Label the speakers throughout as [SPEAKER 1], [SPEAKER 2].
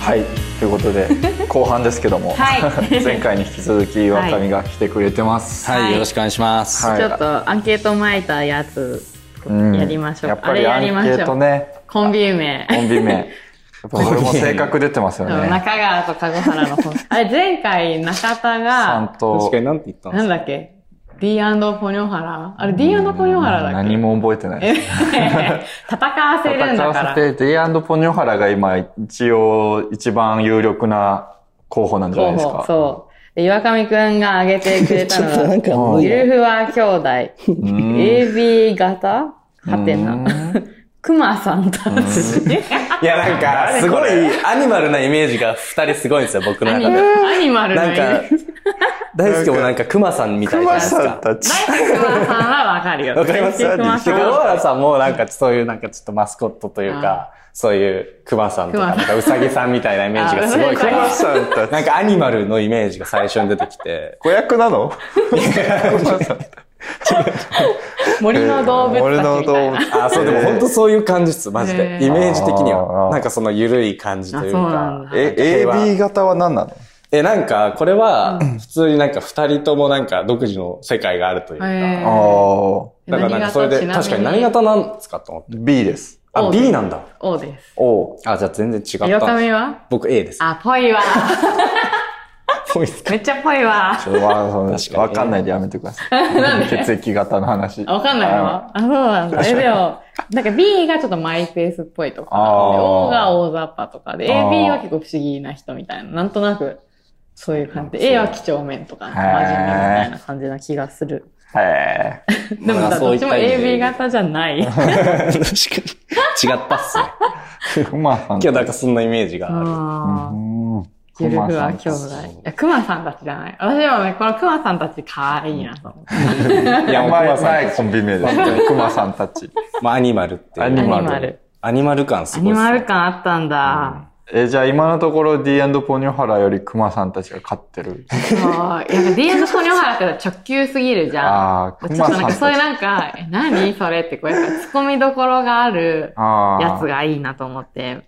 [SPEAKER 1] はいということ で後半ですけども、
[SPEAKER 2] は い
[SPEAKER 1] 前回に引き続き若見が来てくれてます、
[SPEAKER 2] はい
[SPEAKER 3] はい、よろしくお願いします。
[SPEAKER 1] はい
[SPEAKER 2] ちょっとアンケート巻いたやつ
[SPEAKER 1] うん
[SPEAKER 2] やりましょう、
[SPEAKER 1] やっ
[SPEAKER 2] あ
[SPEAKER 1] ぱ
[SPEAKER 2] れ
[SPEAKER 1] り
[SPEAKER 2] や
[SPEAKER 1] アンケ
[SPEAKER 2] りまし
[SPEAKER 1] ート
[SPEAKER 2] ょう、
[SPEAKER 1] ね
[SPEAKER 2] コンビ名
[SPEAKER 1] コンビ名やっぱこれも性格出てますよ
[SPEAKER 2] そう
[SPEAKER 1] ね
[SPEAKER 2] 中川と籠原の本あれ前回中田
[SPEAKER 1] さ
[SPEAKER 2] が
[SPEAKER 1] んと
[SPEAKER 3] 確かに何て言ったんで
[SPEAKER 2] な
[SPEAKER 3] す
[SPEAKER 2] ん
[SPEAKER 3] か
[SPEAKER 2] だっけ D& ポニョハラあれ D& ポニョハラだっ
[SPEAKER 1] 何
[SPEAKER 2] け
[SPEAKER 1] も覚えてないです
[SPEAKER 2] 戦わせるんだから。
[SPEAKER 1] て D& ポニョハラが今一応一番有力な候補なんじゃないです
[SPEAKER 2] 候
[SPEAKER 1] か
[SPEAKER 2] 補、そう。で、岩上くんが挙げてくれた
[SPEAKER 3] ちょっとなんか
[SPEAKER 2] の
[SPEAKER 3] も
[SPEAKER 2] が、
[SPEAKER 3] う
[SPEAKER 2] ゆ
[SPEAKER 3] いいな
[SPEAKER 2] るふわ兄弟、AB 型はて
[SPEAKER 1] う
[SPEAKER 2] な。 くまさんと私。
[SPEAKER 3] いや、なんか、すごい、アニマルなイメージが二人すごいんですよ、僕の
[SPEAKER 2] アニ
[SPEAKER 3] 中で。
[SPEAKER 2] アニマルの
[SPEAKER 3] な
[SPEAKER 2] イ
[SPEAKER 3] ん
[SPEAKER 2] メ
[SPEAKER 3] か
[SPEAKER 2] ージ。、
[SPEAKER 3] 大輔もなんか、熊さんみたいじゃないですか。
[SPEAKER 1] たち
[SPEAKER 2] 大好きくまさんはわかるよ。
[SPEAKER 3] わかります
[SPEAKER 2] 大好きくま
[SPEAKER 3] で、
[SPEAKER 2] さん
[SPEAKER 3] 小
[SPEAKER 2] は。
[SPEAKER 3] 原さんもなんか、そういうなんかちょっとマスコットというか、そういう熊さんとか、
[SPEAKER 2] 熊
[SPEAKER 3] なんかウサギさんみたいなイメージがすごいか
[SPEAKER 2] あ
[SPEAKER 3] ら、
[SPEAKER 1] さんたち
[SPEAKER 3] なんかアニマルのイメージが最初に出てきて、
[SPEAKER 1] 子役な の
[SPEAKER 2] 森の動物たちみたいな。
[SPEAKER 1] 俺の動物
[SPEAKER 3] あ、そう、でも本当そういう感じっす、マジ
[SPEAKER 2] へ
[SPEAKER 3] で。
[SPEAKER 2] ー
[SPEAKER 3] イメージ的に
[SPEAKER 1] あ
[SPEAKER 3] は。
[SPEAKER 1] ー
[SPEAKER 3] なんかその緩い感じという
[SPEAKER 2] あそうなん
[SPEAKER 3] か
[SPEAKER 2] だ。
[SPEAKER 1] え
[SPEAKER 3] 平和
[SPEAKER 1] AB 型は何なの
[SPEAKER 3] え、なんか、これは、普通になんか二人ともなんか独自の世界があるというか。
[SPEAKER 2] へー
[SPEAKER 1] あ
[SPEAKER 3] だからなんかそれで、確かに何型なんですかと思って。
[SPEAKER 1] あ B です
[SPEAKER 3] あ、
[SPEAKER 2] お
[SPEAKER 3] B なんだ。
[SPEAKER 2] ?O です。
[SPEAKER 3] おあ、じゃあ全然違った。
[SPEAKER 2] 色髪は
[SPEAKER 3] 僕 A です。
[SPEAKER 2] あ、ぽいわ。
[SPEAKER 3] そうですか。
[SPEAKER 2] めっちゃぽいわ。
[SPEAKER 1] ちょっとわその
[SPEAKER 3] 確かに
[SPEAKER 1] わかんないでやめてくださ い血液型の話
[SPEAKER 2] わかんないの
[SPEAKER 1] あ
[SPEAKER 2] あ、そうなんだ。え、でも、なんか B がちょっとマイペースっぽいとか、で
[SPEAKER 1] あー
[SPEAKER 2] O が大雑把とかで、
[SPEAKER 1] あー
[SPEAKER 2] AB は結構不思議な人みたいな、なんとなく、そういう感じで、A は几帳面とか、
[SPEAKER 1] へー
[SPEAKER 2] 真面目みたいな感じな気がする。
[SPEAKER 1] へえ
[SPEAKER 2] でも、
[SPEAKER 3] まあ
[SPEAKER 2] だ
[SPEAKER 3] そう
[SPEAKER 2] ど
[SPEAKER 3] い
[SPEAKER 2] っ
[SPEAKER 3] っ
[SPEAKER 2] ち
[SPEAKER 3] た
[SPEAKER 2] も
[SPEAKER 3] 意味で
[SPEAKER 2] AB 型じゃない。
[SPEAKER 3] 確かに。違ったっす ね。
[SPEAKER 1] 熊さん
[SPEAKER 3] 今日なんかそんなイメージがある。
[SPEAKER 2] あー
[SPEAKER 1] うん
[SPEAKER 2] ゆるふわ兄
[SPEAKER 1] 熊さん
[SPEAKER 2] 弟。いや、熊さんたちじゃない。私はね、この熊さんたち可愛いなと思って。
[SPEAKER 3] いや、もう
[SPEAKER 1] 前
[SPEAKER 3] 熊さん
[SPEAKER 1] 前コンビ名ですね熊さんたち
[SPEAKER 3] まあアニマルっていう。
[SPEAKER 1] アニ
[SPEAKER 2] マルアニマル。
[SPEAKER 3] アニマル感す
[SPEAKER 2] ア
[SPEAKER 3] ごい
[SPEAKER 2] ニ
[SPEAKER 3] っすね。
[SPEAKER 2] マル感あったんだ。
[SPEAKER 1] えじゃあ今のところ D& ポニョハラより熊さんたちが勝ってる
[SPEAKER 2] そう。やっぱ DS ポニョハラって直球すぎるじゃん。
[SPEAKER 1] あー
[SPEAKER 2] ちょ
[SPEAKER 1] 熊
[SPEAKER 2] っとなん
[SPEAKER 1] さんた
[SPEAKER 2] か
[SPEAKER 1] ち
[SPEAKER 2] そういうなんか、え、何それってこう、やっぱ突っ込みどころがある
[SPEAKER 1] ああ
[SPEAKER 2] やつがいいなと思って。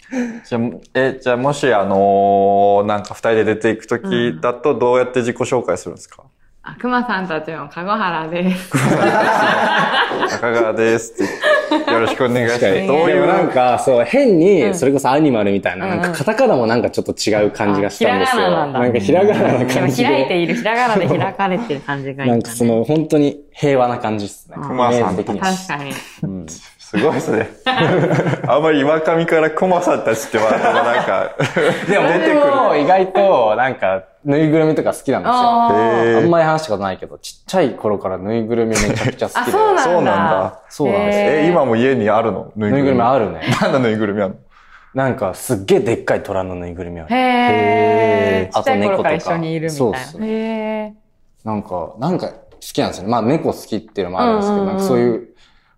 [SPEAKER 1] じゃあえじゃあもしあのーなんか二人で出ていく時だとどうやって自己紹介するんですか、
[SPEAKER 2] あ、熊さんたちも籠原です。
[SPEAKER 1] 中川ですって言ってよろしくお願いしま
[SPEAKER 3] 確
[SPEAKER 1] す
[SPEAKER 3] かに。どういうなんか、そう、変に、それこそアニマルみたいな、
[SPEAKER 2] うん
[SPEAKER 3] なんかカタカナもなんかちょっと違う感じがしたんです
[SPEAKER 2] あひ
[SPEAKER 3] よ。
[SPEAKER 2] らがななんだ
[SPEAKER 3] んかひらがなな
[SPEAKER 2] でも
[SPEAKER 3] 感じで。
[SPEAKER 2] 開いている、ひらがなで開かれてる感じがいい
[SPEAKER 3] な
[SPEAKER 2] か
[SPEAKER 3] んかその、本当に平和な感じっすね。
[SPEAKER 1] 熊さん
[SPEAKER 3] イメージ的に
[SPEAKER 2] 確かに。
[SPEAKER 1] すごいですね。あんまり岩上からコマさんたちってワードがなんか、
[SPEAKER 3] でも
[SPEAKER 1] 出て
[SPEAKER 3] 僕も意外と、なんか、ぬいぐるみとか好きなんですよ。
[SPEAKER 2] あ
[SPEAKER 1] へ
[SPEAKER 3] あ
[SPEAKER 1] ー
[SPEAKER 3] んまり話したことないけど、ちっちゃい頃からぬいぐるみめちゃくちゃ好
[SPEAKER 2] あ、
[SPEAKER 3] きで。
[SPEAKER 2] そうなんだ。
[SPEAKER 1] そうなんだ
[SPEAKER 3] そうなんですよ
[SPEAKER 1] え、今も家にあるのぬ
[SPEAKER 3] ぬいぐるみあ
[SPEAKER 1] る。
[SPEAKER 3] るね。
[SPEAKER 1] 何のぬいぐるみあるの
[SPEAKER 3] なんか、すっげえでっかい虎のぬいぐるみある。
[SPEAKER 2] へ
[SPEAKER 3] へ
[SPEAKER 2] ー。
[SPEAKER 3] ー
[SPEAKER 2] ちっちゃい頃から
[SPEAKER 3] あと猫と
[SPEAKER 2] 一
[SPEAKER 3] か
[SPEAKER 2] 緒にいるみたい
[SPEAKER 3] そう
[SPEAKER 2] な。
[SPEAKER 3] そう
[SPEAKER 2] へー。
[SPEAKER 3] なんか、なんか好きなんですよね。まあ、猫好きっていうのもあるんですけ
[SPEAKER 2] う
[SPEAKER 3] ど、
[SPEAKER 2] んうん
[SPEAKER 3] なんかそういう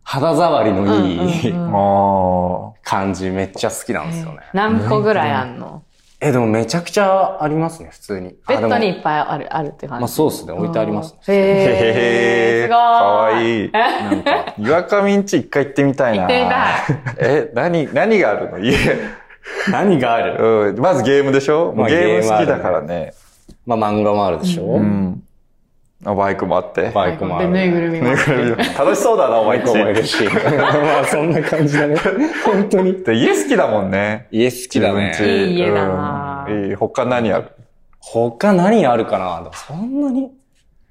[SPEAKER 3] 肌触りのいい
[SPEAKER 2] うんうんうん
[SPEAKER 1] あ
[SPEAKER 3] 感じめっちゃ好きなんですよね。
[SPEAKER 2] 何個ぐらいあんの
[SPEAKER 3] え、でもめちゃくちゃありますね、普通に。
[SPEAKER 2] ベッドにい
[SPEAKER 3] あでも
[SPEAKER 2] っぱいある、あるって感じ。
[SPEAKER 3] まあ、そうですね、置いてありますね。
[SPEAKER 2] へ
[SPEAKER 1] ー
[SPEAKER 2] え。
[SPEAKER 1] へー。
[SPEAKER 2] すご
[SPEAKER 1] かわ
[SPEAKER 2] い。
[SPEAKER 1] いい。 なんか、岩上んち一回行ってみたいな。
[SPEAKER 2] 行ってみたい。
[SPEAKER 1] え、何、何があるの家。
[SPEAKER 3] 何がある
[SPEAKER 1] うん、まずゲームでしょ、
[SPEAKER 3] まあ
[SPEAKER 1] ゲーム好き
[SPEAKER 3] ゲームあ
[SPEAKER 1] だ
[SPEAKER 3] る
[SPEAKER 1] からね。
[SPEAKER 3] まあ、漫画もあるでしょ
[SPEAKER 1] うん。あバイクもあって。
[SPEAKER 3] バイクもある。
[SPEAKER 2] でぬいぐるみもあ
[SPEAKER 1] ぬい
[SPEAKER 2] る。
[SPEAKER 1] ぐるみ楽しそうだな、お前んち。
[SPEAKER 3] もいるし。 まあ、そんな感じだね。本当に。
[SPEAKER 1] で家好きだもんね。
[SPEAKER 3] 家好きだね。
[SPEAKER 2] いい家だな
[SPEAKER 1] うんいい他何ある
[SPEAKER 3] 他何あるかなでもそんなに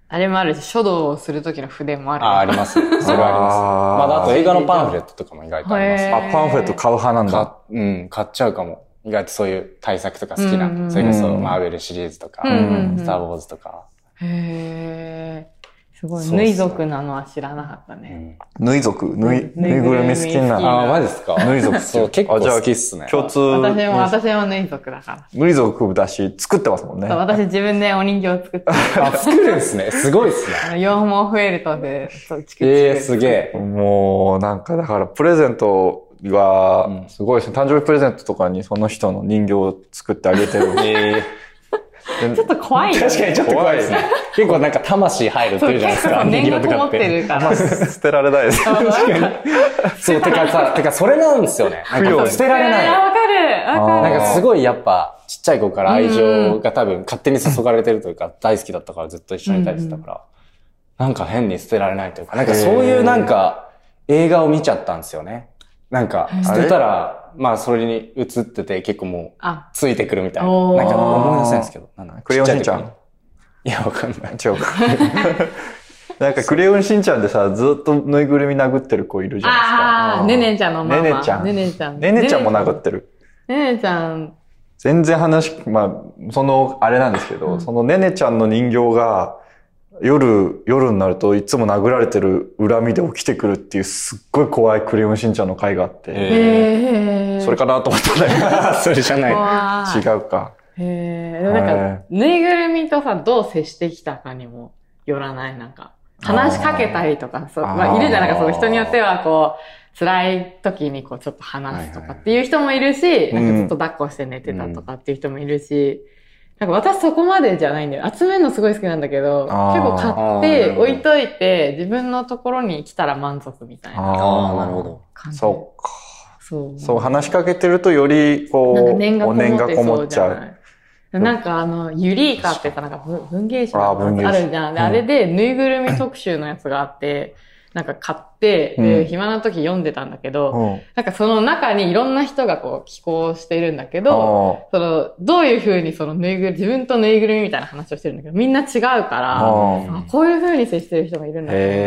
[SPEAKER 2] あれもあるし、書道をする時の筆もある。
[SPEAKER 3] あ、ありますね。 それはあります。
[SPEAKER 1] あ
[SPEAKER 3] ま
[SPEAKER 1] ー
[SPEAKER 3] あ、あと映画のパンフレットとかも意外とあります
[SPEAKER 2] へ
[SPEAKER 3] ね。
[SPEAKER 1] あ、パンフレット買う派なんだ。
[SPEAKER 3] か、うん、買っちゃうかも。意外とそういう対策とか好き
[SPEAKER 2] うんうん
[SPEAKER 3] な。それこそ、
[SPEAKER 1] うん
[SPEAKER 3] マーベルシリーズとか、
[SPEAKER 2] うんうんうん
[SPEAKER 3] スターウォーズとか。
[SPEAKER 2] へー。すごい。
[SPEAKER 3] そうそう
[SPEAKER 2] ぬい族なのは知らなかったね。
[SPEAKER 1] ぬい族ぬい、
[SPEAKER 2] ぬ
[SPEAKER 1] ぬ
[SPEAKER 2] い
[SPEAKER 1] い
[SPEAKER 2] ぐ
[SPEAKER 1] ぐ
[SPEAKER 2] る
[SPEAKER 1] る
[SPEAKER 2] み
[SPEAKER 1] み
[SPEAKER 2] 好
[SPEAKER 1] 好
[SPEAKER 2] き
[SPEAKER 1] き
[SPEAKER 2] な
[SPEAKER 1] な。
[SPEAKER 3] あー、マジですか
[SPEAKER 1] ぬい族好き
[SPEAKER 3] そう、結構
[SPEAKER 1] あじゃあ
[SPEAKER 3] 好きっすね。
[SPEAKER 1] 共通。
[SPEAKER 2] 私も、私もぬい族だ から。
[SPEAKER 1] ぬい族だし、作ってますもんね。
[SPEAKER 2] そう私自分でお人形作 ってる、
[SPEAKER 3] あ、作るんすね。 すごいっすね。
[SPEAKER 2] あの羊毛増えるとで、そう、チクチク。
[SPEAKER 3] ええ、すげえ。
[SPEAKER 1] もう、なんかだから、プレゼントが、すごいですね。誕生日プレゼントとかにその人の人形を作ってあげてる。
[SPEAKER 3] え
[SPEAKER 2] ちょっと怖いよね。
[SPEAKER 3] 確かにちょっと怖いですね。結構なんか魂入るって
[SPEAKER 2] そう
[SPEAKER 3] いうじゃないで
[SPEAKER 2] 結
[SPEAKER 3] すか。
[SPEAKER 2] 構念がこもって
[SPEAKER 3] 人形とか
[SPEAKER 2] るか
[SPEAKER 1] ま
[SPEAKER 2] ら
[SPEAKER 1] あ。 捨てられないです。
[SPEAKER 3] って。そう、てかさ、てかそれなんですよね。なん
[SPEAKER 1] 不要
[SPEAKER 3] か捨てられない。
[SPEAKER 2] あわかる。わか
[SPEAKER 1] あ
[SPEAKER 2] る。
[SPEAKER 1] ー
[SPEAKER 3] なんかすごいやっぱ、ちっちゃい子から愛情が多分勝手に注がれてるというか、大好きだったからずっと一緒にいたりしてたから、なんか変に捨てられないというか、なんかそういうなんか映画を見ちゃったんですよね。なん
[SPEAKER 2] は
[SPEAKER 3] か
[SPEAKER 2] い
[SPEAKER 3] 捨てたら、まあそれに映ってて結構もう
[SPEAKER 2] あ、
[SPEAKER 3] ついてくるみたいな。
[SPEAKER 2] おー
[SPEAKER 3] なんか思い出せないんですけど。なんだ
[SPEAKER 1] クレヨンしんちゃん
[SPEAKER 3] ちっちゃい時にいや、わかんない。
[SPEAKER 1] 違うか。 なんかクレヨンしんちゃんでさ、ずっとぬいぐるみ殴ってる子いるじゃ
[SPEAKER 2] ああ、
[SPEAKER 1] ない
[SPEAKER 2] ね
[SPEAKER 1] ですか。
[SPEAKER 2] ねちゃんのママ。
[SPEAKER 1] ねねちゃん
[SPEAKER 2] ねねちゃん。
[SPEAKER 1] ねねちゃんも殴ってる。
[SPEAKER 2] ねねちゃん。
[SPEAKER 1] 全然話、まあ、その、あれなんですけど、そのねねちゃんの人形が、夜、夜になるといつも殴られてる恨みで起きてくるっていうすっごい怖いクレヨンしんちゃんの回があって、
[SPEAKER 2] へえ。
[SPEAKER 1] それかなと思ったんだけど
[SPEAKER 3] それじゃない。
[SPEAKER 2] 怖い。
[SPEAKER 1] 違うか。
[SPEAKER 2] へえ。でもなんか、
[SPEAKER 1] はい
[SPEAKER 2] ぬいぐるみとさ、どう接してきたかにもよらない、なんか。話しかけたりとか、そう、
[SPEAKER 1] あー
[SPEAKER 2] まあ、いるじゃんなんかそう、人によってはこう、辛い時にこう、ちょっと話すとかっていう人もいるし、
[SPEAKER 1] はいはい
[SPEAKER 2] なんかずっと抱っこして寝てたとかっていう人もいるし、なんか私そこまでじゃないんだよ。集めるのすごい好きなんだけど、結
[SPEAKER 1] あー
[SPEAKER 2] 構買って置いといて、自分のところに来たら満足みたいな
[SPEAKER 3] ああ、なるほ。ど。
[SPEAKER 2] 感じ。
[SPEAKER 1] そうか。
[SPEAKER 2] そう。
[SPEAKER 1] そう、話しかけてるとより、こう、
[SPEAKER 2] なんか念がこもって
[SPEAKER 1] お念
[SPEAKER 2] そうじゃ
[SPEAKER 1] う。
[SPEAKER 2] ない。なんかあの、ユリーカってさ、なんか文文芸誌の
[SPEAKER 1] あー文芸誌
[SPEAKER 2] あるじゃん。で、
[SPEAKER 1] うん
[SPEAKER 2] あれでぬいぐるみ特集のやつがあって、なんか買って、
[SPEAKER 1] う
[SPEAKER 2] で
[SPEAKER 1] ん
[SPEAKER 2] 暇な時読んでたんだけ
[SPEAKER 1] う
[SPEAKER 2] ど、
[SPEAKER 1] ん。
[SPEAKER 2] なんかその中にいろんな人がこう寄稿してるんだけど、
[SPEAKER 1] あ
[SPEAKER 2] その、どういう風にそのぬいぐるみ、自分とぬいぐるみみたいな話をしてるんだけど、みんな違うから、
[SPEAKER 1] あ
[SPEAKER 2] あこういう風に接してる人もいるんだと思って、
[SPEAKER 1] へ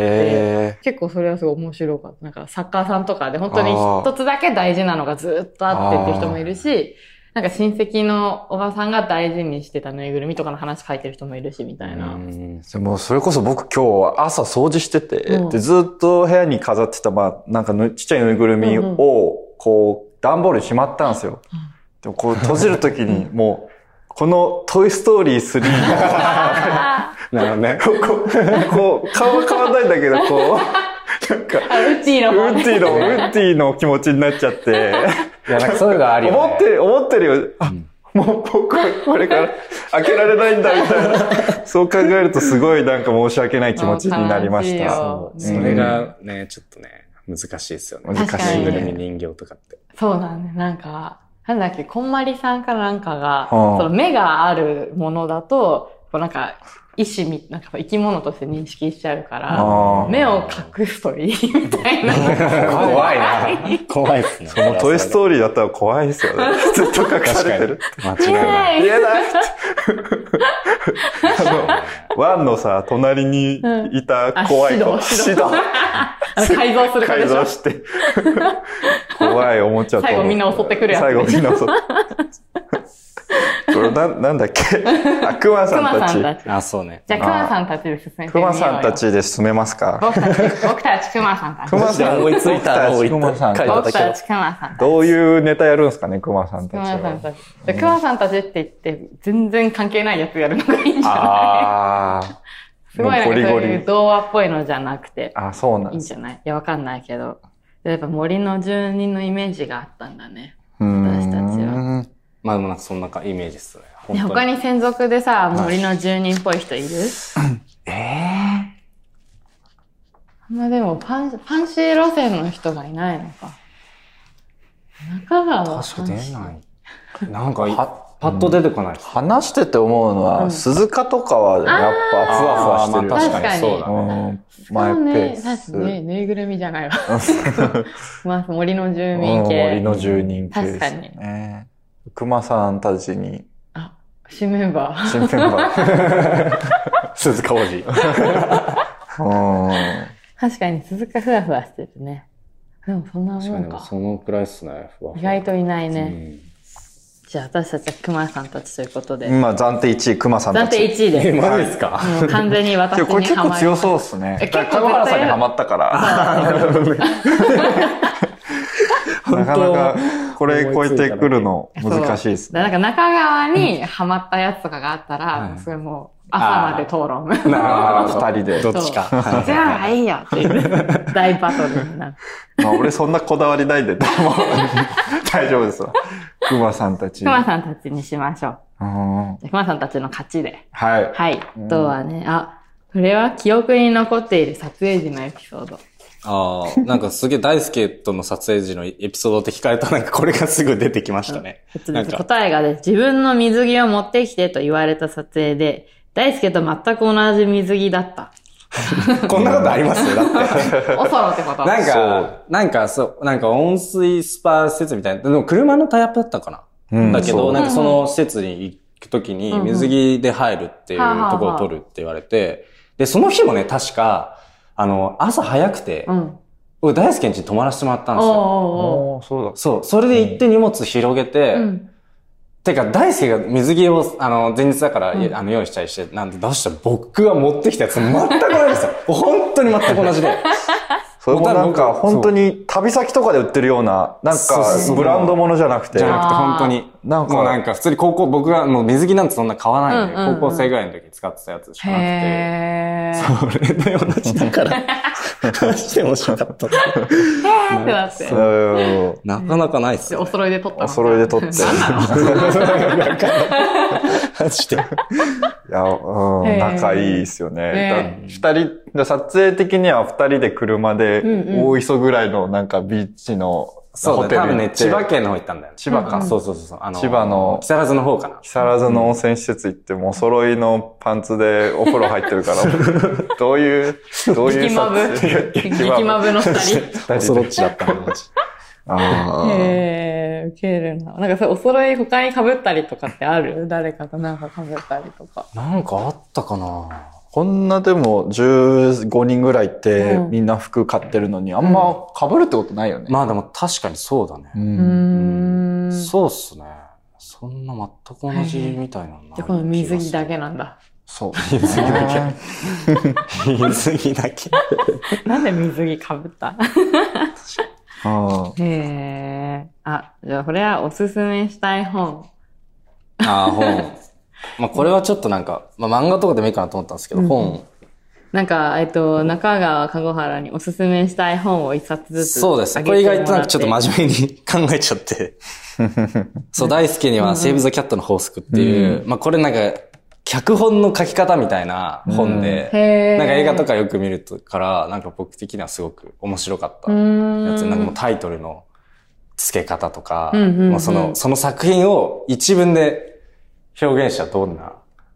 [SPEAKER 1] え。
[SPEAKER 2] 結構それはすごい面白かった。なんかサッカーさんとかで本当に一つだけ大事なのがずっとあってっていう人もいるし、なんか親戚のおばさんが大事にしてたぬいぐるみとかの話書いてる人もいるし、みたいな。
[SPEAKER 3] うん
[SPEAKER 1] でもそれこそ僕今日朝掃除してて、
[SPEAKER 2] うん
[SPEAKER 1] でずっと部屋に飾ってた、まあ、なんかぬちっちゃいぬいぐるみ
[SPEAKER 2] うんうん
[SPEAKER 1] を、こう、段ボールにしまったんですよ。
[SPEAKER 2] うん
[SPEAKER 1] でもこう閉じるときに、もう、このトイストーリー3、
[SPEAKER 2] あ
[SPEAKER 3] なるほど ね。
[SPEAKER 1] こう、こう、顔は変わんないんだけど、こう、なんか、
[SPEAKER 2] ーあ、ウッディの
[SPEAKER 1] ウ
[SPEAKER 2] 方
[SPEAKER 1] ッ
[SPEAKER 2] ね。
[SPEAKER 1] ディの、ウッディの気持ちになっちゃって、
[SPEAKER 3] いや、なんかそういうのあるよ、ね。
[SPEAKER 1] 思ってる、思ってるよ。あ
[SPEAKER 3] ん
[SPEAKER 1] もう僕はこれから開けられないんだみたい な。そう考えるとすごいなんか申し訳ない気持ちになりまし
[SPEAKER 2] あー悲しい
[SPEAKER 1] た。
[SPEAKER 2] よ
[SPEAKER 3] そううんそれがね、ちょっとね、難しいですよね。
[SPEAKER 1] 難
[SPEAKER 2] しいね
[SPEAKER 3] ぬいぐるみ人形とかって。
[SPEAKER 2] そうだね。なんか、なんだっけ、こんまりさんかなんかが、
[SPEAKER 1] はあ
[SPEAKER 2] その目があるものだと、こうなんか、意志み、なんか生き物として認識しちゃうから、
[SPEAKER 1] あー
[SPEAKER 2] 目を隠すといい、みたいな。
[SPEAKER 3] 怖いな。怖いっすね。
[SPEAKER 1] そのトイストーリーだったら怖いですよね。ずっと隠されてる。
[SPEAKER 3] 間
[SPEAKER 2] 見
[SPEAKER 3] 違い
[SPEAKER 2] え
[SPEAKER 3] ない。
[SPEAKER 2] ない
[SPEAKER 1] 言えないあの、ワンのさ、隣にいた怖い子、
[SPEAKER 2] うんあシドシ
[SPEAKER 1] シド
[SPEAKER 2] ドあの改造するから
[SPEAKER 1] 改
[SPEAKER 2] でしょ
[SPEAKER 1] 造して、怖いおもちゃと思って。
[SPEAKER 2] 最後みんな襲ってくるやつ
[SPEAKER 1] 最後みんな襲って。これな、なんだっけあ、クマさ
[SPEAKER 2] ク
[SPEAKER 1] んた
[SPEAKER 2] マさ
[SPEAKER 1] ち
[SPEAKER 2] ん。たち。
[SPEAKER 3] あ、そうね。
[SPEAKER 2] じゃあ、クマさんたちで進めてみようよ。
[SPEAKER 1] クマさんたちで進めますか
[SPEAKER 2] 僕たち、僕たちクマさんたち。
[SPEAKER 1] クマ
[SPEAKER 3] マジで
[SPEAKER 1] さん、
[SPEAKER 3] 思いついたのを
[SPEAKER 1] 僕ちク
[SPEAKER 3] 言
[SPEAKER 1] マ
[SPEAKER 3] った
[SPEAKER 1] さん
[SPEAKER 3] 書い
[SPEAKER 1] た
[SPEAKER 3] た
[SPEAKER 2] 僕
[SPEAKER 1] ち。
[SPEAKER 2] たちクマさんたち。
[SPEAKER 1] どういうネタやるんですかね、クマさん
[SPEAKER 2] ク
[SPEAKER 1] たち
[SPEAKER 2] マさん
[SPEAKER 1] は。
[SPEAKER 2] たち。じゃあクマさんたちって言って、全然関係ないやつやるのがいいんじゃな
[SPEAKER 1] あ
[SPEAKER 2] い
[SPEAKER 1] ー。
[SPEAKER 2] すごいなんか
[SPEAKER 1] も
[SPEAKER 2] そうう
[SPEAKER 1] ゴリゴ
[SPEAKER 2] いう
[SPEAKER 1] リ。
[SPEAKER 2] 童話っぽいのじゃなくて、
[SPEAKER 1] あ、そうなんで
[SPEAKER 2] いいん
[SPEAKER 1] す。
[SPEAKER 2] じゃないいや、わかんないけど。やっぱ森の住人のイメージがあったんだね。
[SPEAKER 1] うーん
[SPEAKER 2] 私たちは
[SPEAKER 3] まあでもなんかそんなかイメージっすね。本
[SPEAKER 2] ね
[SPEAKER 3] 当
[SPEAKER 2] 他に専属でさ、森の住人っぽい人いる
[SPEAKER 3] え
[SPEAKER 2] あんまでもファン、ファンシー路線の人がいないのか。中川
[SPEAKER 3] ー、
[SPEAKER 2] は
[SPEAKER 3] 確か
[SPEAKER 2] ファンシー。
[SPEAKER 3] 出ない。なんかい、パッと出てこないです。
[SPEAKER 1] 話してて思うのは、
[SPEAKER 2] うん
[SPEAKER 1] 鈴鹿とかはやっぱふわふわしてるよね
[SPEAKER 3] あーまあ確かにそうだね。
[SPEAKER 1] うんマイペース。
[SPEAKER 2] そうね、確かに、ぬいぐるみじ ゃないわ。まあ、森の住民
[SPEAKER 1] うん森
[SPEAKER 2] 系。
[SPEAKER 1] の住人系です
[SPEAKER 2] 確
[SPEAKER 1] ね。熊さんたちに、
[SPEAKER 2] あ、新メンバー。
[SPEAKER 1] 新メンバー。
[SPEAKER 3] 鈴鹿王 子。
[SPEAKER 1] うん
[SPEAKER 2] 確かに、鈴鹿ふわふわしてるね。でも、そんな
[SPEAKER 3] 確か
[SPEAKER 2] もん
[SPEAKER 3] に
[SPEAKER 2] か。
[SPEAKER 3] そのくらいっすね。ふわふわ
[SPEAKER 2] 意外といないうね。
[SPEAKER 3] ん
[SPEAKER 2] じゃあ、私たちは熊さんたちということで。
[SPEAKER 1] 今暫定1位、熊さんた
[SPEAKER 2] 暫
[SPEAKER 1] ち。
[SPEAKER 2] 定1位
[SPEAKER 3] え、
[SPEAKER 2] で
[SPEAKER 3] マジですか
[SPEAKER 2] す。もう完全に私
[SPEAKER 1] で
[SPEAKER 2] に
[SPEAKER 1] もこれ結
[SPEAKER 2] ハ
[SPEAKER 1] 構
[SPEAKER 2] マり
[SPEAKER 1] 強そうですね。
[SPEAKER 2] え
[SPEAKER 1] だから
[SPEAKER 2] 結構
[SPEAKER 1] 籠原さんに
[SPEAKER 2] 絶対
[SPEAKER 1] ハマったから。な かなかこれ超えてくるの難しいですね。
[SPEAKER 2] だからなんか中川にハマったやつとかがあったら、
[SPEAKER 3] うん
[SPEAKER 2] それもう朝まで討論。
[SPEAKER 1] あ
[SPEAKER 3] な
[SPEAKER 1] ー二人で。
[SPEAKER 3] どっちか。はい
[SPEAKER 2] じゃあ、いいよっていう大バトルになる。
[SPEAKER 1] まあ俺そんなこだわりないんで、でも 大丈夫ですわ。熊さんたち。
[SPEAKER 2] 熊さんたちにしましょう。
[SPEAKER 1] うん
[SPEAKER 2] じゃあ熊さんたちの勝ちで。
[SPEAKER 1] はい。
[SPEAKER 2] はい。あとはね、あ、これは記憶に残っている撮影時のエピソード。
[SPEAKER 3] ああ、なんかすげえ大輔との撮影時のエピソードって聞かれたなんかこれがすぐ出てきましたね。
[SPEAKER 2] えっと
[SPEAKER 3] な
[SPEAKER 2] で
[SPEAKER 3] ん
[SPEAKER 2] すね
[SPEAKER 3] か、
[SPEAKER 2] 答えがね、自分の水着を持ってきてと言われた撮影で、大輔と全く同じ水着だった。
[SPEAKER 3] こんなことあり ますだって。
[SPEAKER 2] おそろってこと
[SPEAKER 3] なん
[SPEAKER 1] そう
[SPEAKER 3] か、なんかそう、なんか温水スパ施設みたいな、でも車のタイアップだったかな、
[SPEAKER 1] うん
[SPEAKER 3] だけ
[SPEAKER 1] そ
[SPEAKER 3] ど、
[SPEAKER 1] う
[SPEAKER 3] なんかその施設に行くときに
[SPEAKER 2] うんうん
[SPEAKER 3] 水着で入るっていう
[SPEAKER 2] はあはあはあ
[SPEAKER 3] ところを撮るって言われて、で、その日もね、確か、あの、朝早くて
[SPEAKER 2] う、ん。
[SPEAKER 3] 僕大輔ん家に泊まらせてもらったんですよ。
[SPEAKER 2] おうおうおう
[SPEAKER 1] おーそうだ。
[SPEAKER 3] そう、それで行って荷物広げて、
[SPEAKER 2] うん。
[SPEAKER 3] てか、大輔が水着を、あの、前日だから、
[SPEAKER 2] うん
[SPEAKER 3] あの、用意したりして、なんで出したら僕が持ってきたやつ全く同じ ですよ。本当に全く同じで。
[SPEAKER 1] それもなん
[SPEAKER 3] も
[SPEAKER 1] か
[SPEAKER 3] う多分
[SPEAKER 1] 本当に旅先とかで売ってるような、なん
[SPEAKER 3] そうそうそ
[SPEAKER 1] か
[SPEAKER 3] う
[SPEAKER 1] ブランドものじゃなくて
[SPEAKER 3] じゃ。なくて、本当に。
[SPEAKER 1] なんか
[SPEAKER 3] もうなんか、普通に高校、僕がもう水着なんてそんな買わないんで、
[SPEAKER 2] うんうんうん
[SPEAKER 3] 高校生ぐらいの時に使ってたやつしかなくて。
[SPEAKER 2] へー。
[SPEAKER 3] それで同じだから、話して面白かった。
[SPEAKER 2] へーってなって。
[SPEAKER 1] うん
[SPEAKER 3] なかなかないっす
[SPEAKER 2] で
[SPEAKER 3] よ、
[SPEAKER 2] お
[SPEAKER 3] ね。
[SPEAKER 2] 揃いで撮ったの
[SPEAKER 1] お揃いで撮って。
[SPEAKER 2] なんなの
[SPEAKER 3] マジで。
[SPEAKER 1] いや、うん
[SPEAKER 2] へー、
[SPEAKER 1] 仲いいですよね
[SPEAKER 2] ね。
[SPEAKER 1] だ二人、だ撮影的には二人で車で
[SPEAKER 2] うんうん
[SPEAKER 1] 大磯ぐらいのなんかビーチの
[SPEAKER 3] そ
[SPEAKER 1] ホ
[SPEAKER 3] う
[SPEAKER 1] テ
[SPEAKER 3] だね、多
[SPEAKER 1] ルに
[SPEAKER 3] 分
[SPEAKER 1] 行
[SPEAKER 3] ね
[SPEAKER 1] っ、て
[SPEAKER 3] 千葉県の方行ったんだよね。
[SPEAKER 1] 千葉か
[SPEAKER 2] うん
[SPEAKER 3] そうそうそうそう。あの、
[SPEAKER 1] 千葉の
[SPEAKER 3] 木更津の方かな。
[SPEAKER 1] 木更津の温泉施設行ってもお揃いのパンツでお風呂入ってる から、どういう、どうい
[SPEAKER 2] 激
[SPEAKER 1] う
[SPEAKER 2] マブ。 激マブの二人。
[SPEAKER 1] 二人で
[SPEAKER 3] ちだったの、マジ
[SPEAKER 1] あー
[SPEAKER 2] へー、ウケるな。なんかそれお揃い他に被ったりとかってある誰かとなんか被ったりとか。
[SPEAKER 3] なんかあったかな
[SPEAKER 1] こんなでも15人ぐらいって
[SPEAKER 2] うん
[SPEAKER 1] みんな服買ってるのにあんま被るってことないよね。
[SPEAKER 3] まあでも確かにそうだね
[SPEAKER 1] う。
[SPEAKER 2] うんーん。
[SPEAKER 3] そうっすね。そんな全く同じみたいなんだ。
[SPEAKER 2] じゃあこの水着だけなんだ。
[SPEAKER 1] そう。
[SPEAKER 3] 水着だけ。水着だ け。
[SPEAKER 2] なんで水着被った
[SPEAKER 1] あ
[SPEAKER 2] へえ。あ、じゃあこれはおすすめしたい本。
[SPEAKER 3] ああ、本。まあこれはちょっとなんか、まあ漫画とかでもいいかなと思ったんですけど、
[SPEAKER 2] うん
[SPEAKER 3] 本。
[SPEAKER 2] なんか、えっと、中川かごはらにおすすめしたい本を一冊ずつ。
[SPEAKER 3] そうですね。これ意外となんかちょっと真面目に考えちゃ って。そう、大輔にはセーブ・ザ・キャットの法則っていう、まあこれなんか、脚本の書き方みたいな本で、
[SPEAKER 2] へー
[SPEAKER 3] なんか映画とかよく見るとから、なんか僕的にはすごく面白かった
[SPEAKER 2] うーん
[SPEAKER 3] やつ、なんかもうタイトルの付け方とか、
[SPEAKER 2] うんうんうん
[SPEAKER 3] もうその、その作品を一文で表現したらどんな、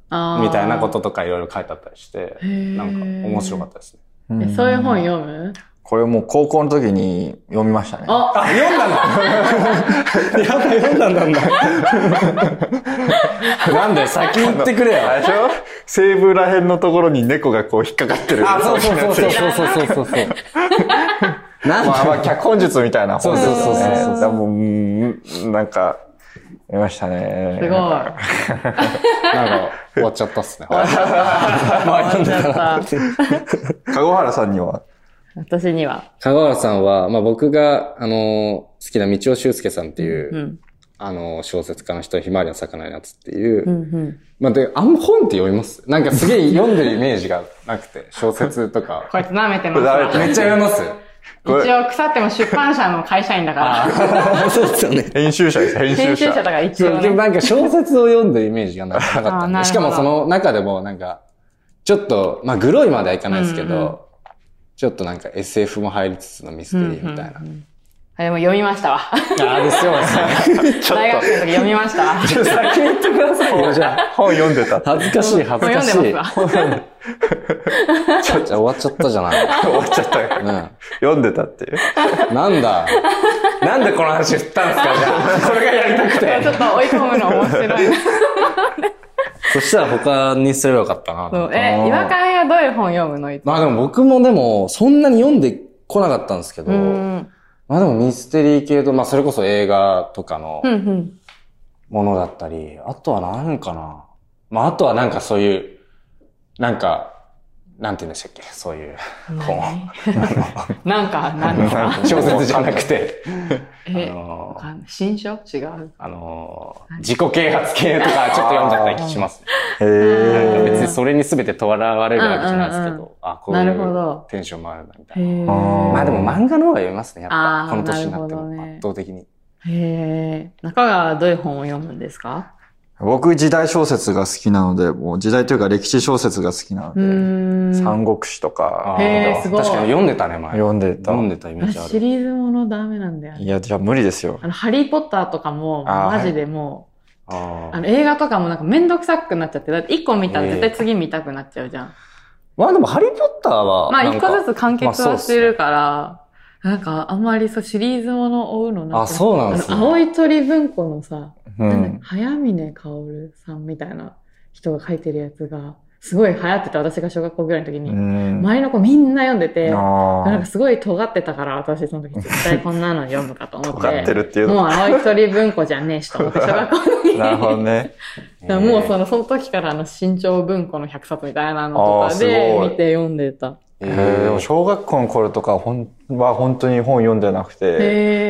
[SPEAKER 2] あー
[SPEAKER 3] みたいなこととかいろいろ書いてあったりして、
[SPEAKER 2] ー
[SPEAKER 3] なんか面白かったですね。
[SPEAKER 1] ー
[SPEAKER 2] えそういう本読む
[SPEAKER 1] これもう高校の時に読みましたね。
[SPEAKER 2] あ
[SPEAKER 3] あ、読ん だんだやだ、読んだんだ なんで、先言ってくれよ。
[SPEAKER 1] あれでしょ西部らへんのところに猫がこう引っかかってる。
[SPEAKER 3] あ、そうそうそうそうそうそう そうそう。なん
[SPEAKER 1] まあ
[SPEAKER 3] だ
[SPEAKER 1] まあ、脚本術みたいな本ですね。
[SPEAKER 3] そうそうそうそう
[SPEAKER 1] だからもううん、なんか、読みましたね。
[SPEAKER 2] すごい。
[SPEAKER 3] なんか、終わっちゃったっ すね。まあ、読んだなって。
[SPEAKER 1] 籠原さんには。
[SPEAKER 2] 私には。
[SPEAKER 3] 香川さんは、まあ僕が、あの、好きな道尾修介さんっていう、
[SPEAKER 2] うん。
[SPEAKER 3] あの、小説家の人、ひまわりの魚のやつっていう、
[SPEAKER 2] うんうん。
[SPEAKER 3] まあで、あんま本って読みますなんかすげえ読んでるイメージがなくて、小説とか。
[SPEAKER 2] こいつ舐めてます
[SPEAKER 1] 舐めて
[SPEAKER 2] わ。
[SPEAKER 3] めっちゃ読み ます
[SPEAKER 2] 一応腐っても出版社の会社員だから。
[SPEAKER 3] そうですよね。
[SPEAKER 1] 編集者です、編集
[SPEAKER 2] 編集者
[SPEAKER 1] 者。
[SPEAKER 2] だから一
[SPEAKER 3] そ
[SPEAKER 2] 応
[SPEAKER 3] う、で
[SPEAKER 2] ね。
[SPEAKER 3] もなんか小説を読んでるイメージがなかっ
[SPEAKER 2] あ
[SPEAKER 3] た
[SPEAKER 2] ー
[SPEAKER 3] ん
[SPEAKER 2] なるほど
[SPEAKER 3] で。しかもその中でもなんか、ちょっと、まあグロいまではいかないですけど、
[SPEAKER 2] うんうん
[SPEAKER 3] ちょっとなんか SF も入りつつのミステリーみたいな。
[SPEAKER 2] あでも読みましたわ。
[SPEAKER 3] ああ、ですよね。ちょ
[SPEAKER 2] 大学生の時読みましたわ。もう
[SPEAKER 3] っと 先言ってくださいよ、じゃあ。
[SPEAKER 1] 本読んでた。
[SPEAKER 3] 恥ずかしい、恥ず
[SPEAKER 2] 読
[SPEAKER 3] か
[SPEAKER 2] ん
[SPEAKER 3] しい。
[SPEAKER 2] でますわ。
[SPEAKER 3] ちょっと終わっちゃったじゃない。
[SPEAKER 1] 終わっちゃったから。
[SPEAKER 3] うん。
[SPEAKER 1] 読んでたっていう。
[SPEAKER 3] なんだ。なんでこの話振ったんですか、じゃあ。これがやりたく
[SPEAKER 2] ちょっ。と追い込むの面白いな。
[SPEAKER 3] そしたら他にすればよかったな。
[SPEAKER 2] そうえ、違和感はどういう本読むのいつも
[SPEAKER 3] まあでも僕もでも、そんなに読んでこなかったんですけど、
[SPEAKER 2] うん。
[SPEAKER 3] まあでもミステリー系と、まあそれこそ映画とかの
[SPEAKER 2] うんうん。
[SPEAKER 3] ものだったり、あとは何かな。まああとはなんかそういう、なんか、なんて言うんでしたっけそういう本。
[SPEAKER 2] なんか、なんか。
[SPEAKER 3] 小説じゃなくて、
[SPEAKER 2] え
[SPEAKER 3] あ、の
[SPEAKER 2] わかんない新書違う。
[SPEAKER 3] あのー、自己啓発系とかちょっと読んじゃったりしますね。
[SPEAKER 1] へ
[SPEAKER 3] なんか
[SPEAKER 1] ー
[SPEAKER 3] 別にそれに全てとらわれるわけじゃないです
[SPEAKER 2] う
[SPEAKER 3] け
[SPEAKER 2] んうんう
[SPEAKER 3] ど、あ、こう
[SPEAKER 2] なるほ
[SPEAKER 3] いう
[SPEAKER 2] ど。
[SPEAKER 3] テンションもあるな、みた
[SPEAKER 2] へ
[SPEAKER 3] いな。
[SPEAKER 2] え。
[SPEAKER 1] ー
[SPEAKER 3] まあでも漫画の方が読みますね、やっ
[SPEAKER 2] あ
[SPEAKER 3] ぱ。
[SPEAKER 2] ー
[SPEAKER 3] この年になって
[SPEAKER 2] なるほ
[SPEAKER 3] も
[SPEAKER 2] どね
[SPEAKER 3] 圧倒的に。
[SPEAKER 2] へえ。中川はどういう本を読むんですか
[SPEAKER 1] 僕時代小説が好きなので、もう時代というか歴史小説が好きなの
[SPEAKER 2] う
[SPEAKER 1] で、
[SPEAKER 2] ーん。
[SPEAKER 1] 三国志とか
[SPEAKER 3] あー
[SPEAKER 2] へーすごい
[SPEAKER 3] 確かに読んでたね、前。
[SPEAKER 1] 読んでた。
[SPEAKER 3] 読んでたイメージあ
[SPEAKER 2] シ
[SPEAKER 3] る。
[SPEAKER 2] リーズものダメなんだよ
[SPEAKER 1] い
[SPEAKER 2] ね。
[SPEAKER 1] や、じゃあ無理ですよ。
[SPEAKER 2] あの、ハリーポッターとかも、
[SPEAKER 1] あー
[SPEAKER 2] マジでも
[SPEAKER 3] あ
[SPEAKER 2] う、あ
[SPEAKER 3] ー
[SPEAKER 2] の、映画とかもなんかめんどくさくなっちゃって、だって一個見たら絶対次見たくなっちゃうじゃん。
[SPEAKER 3] まあでも、ハリーポッターは、
[SPEAKER 2] まあ
[SPEAKER 3] なん
[SPEAKER 2] 一
[SPEAKER 3] か
[SPEAKER 2] 個ずつ完結
[SPEAKER 3] まあそう
[SPEAKER 2] は
[SPEAKER 3] っす
[SPEAKER 2] してるから、なんかあんまりそうシリーズもの追うのなんか。
[SPEAKER 3] あ、そうなんです
[SPEAKER 2] あ
[SPEAKER 3] ね。
[SPEAKER 2] の青い鳥文庫のさ、
[SPEAKER 1] う
[SPEAKER 2] なんだっけ
[SPEAKER 1] ん。
[SPEAKER 2] 早峰薫さんみたいな人が書いてるやつが、すごい流行ってた私が小学校ぐらいの時
[SPEAKER 1] う
[SPEAKER 2] に、
[SPEAKER 1] ん。
[SPEAKER 2] 周りの子みんな読んでて、
[SPEAKER 1] あ
[SPEAKER 2] なんか
[SPEAKER 1] あ。
[SPEAKER 2] すごい尖ってたから、私その時絶対こんなの読むかと思って。
[SPEAKER 1] 尖ってるっていうの。
[SPEAKER 2] もう青い鳥文庫じゃねえしと思って、小学校の時 に。
[SPEAKER 1] なるほどね。
[SPEAKER 3] え
[SPEAKER 2] だから
[SPEAKER 3] ー
[SPEAKER 2] もうその、その時からあの、新潮文庫の100冊みたいなの
[SPEAKER 1] あ
[SPEAKER 2] とかで
[SPEAKER 1] ーす、ごい
[SPEAKER 2] 見て読んでた。
[SPEAKER 3] え
[SPEAKER 1] えーでも
[SPEAKER 3] ー
[SPEAKER 1] 小学校の頃とかほんは本当に本読んでなくて、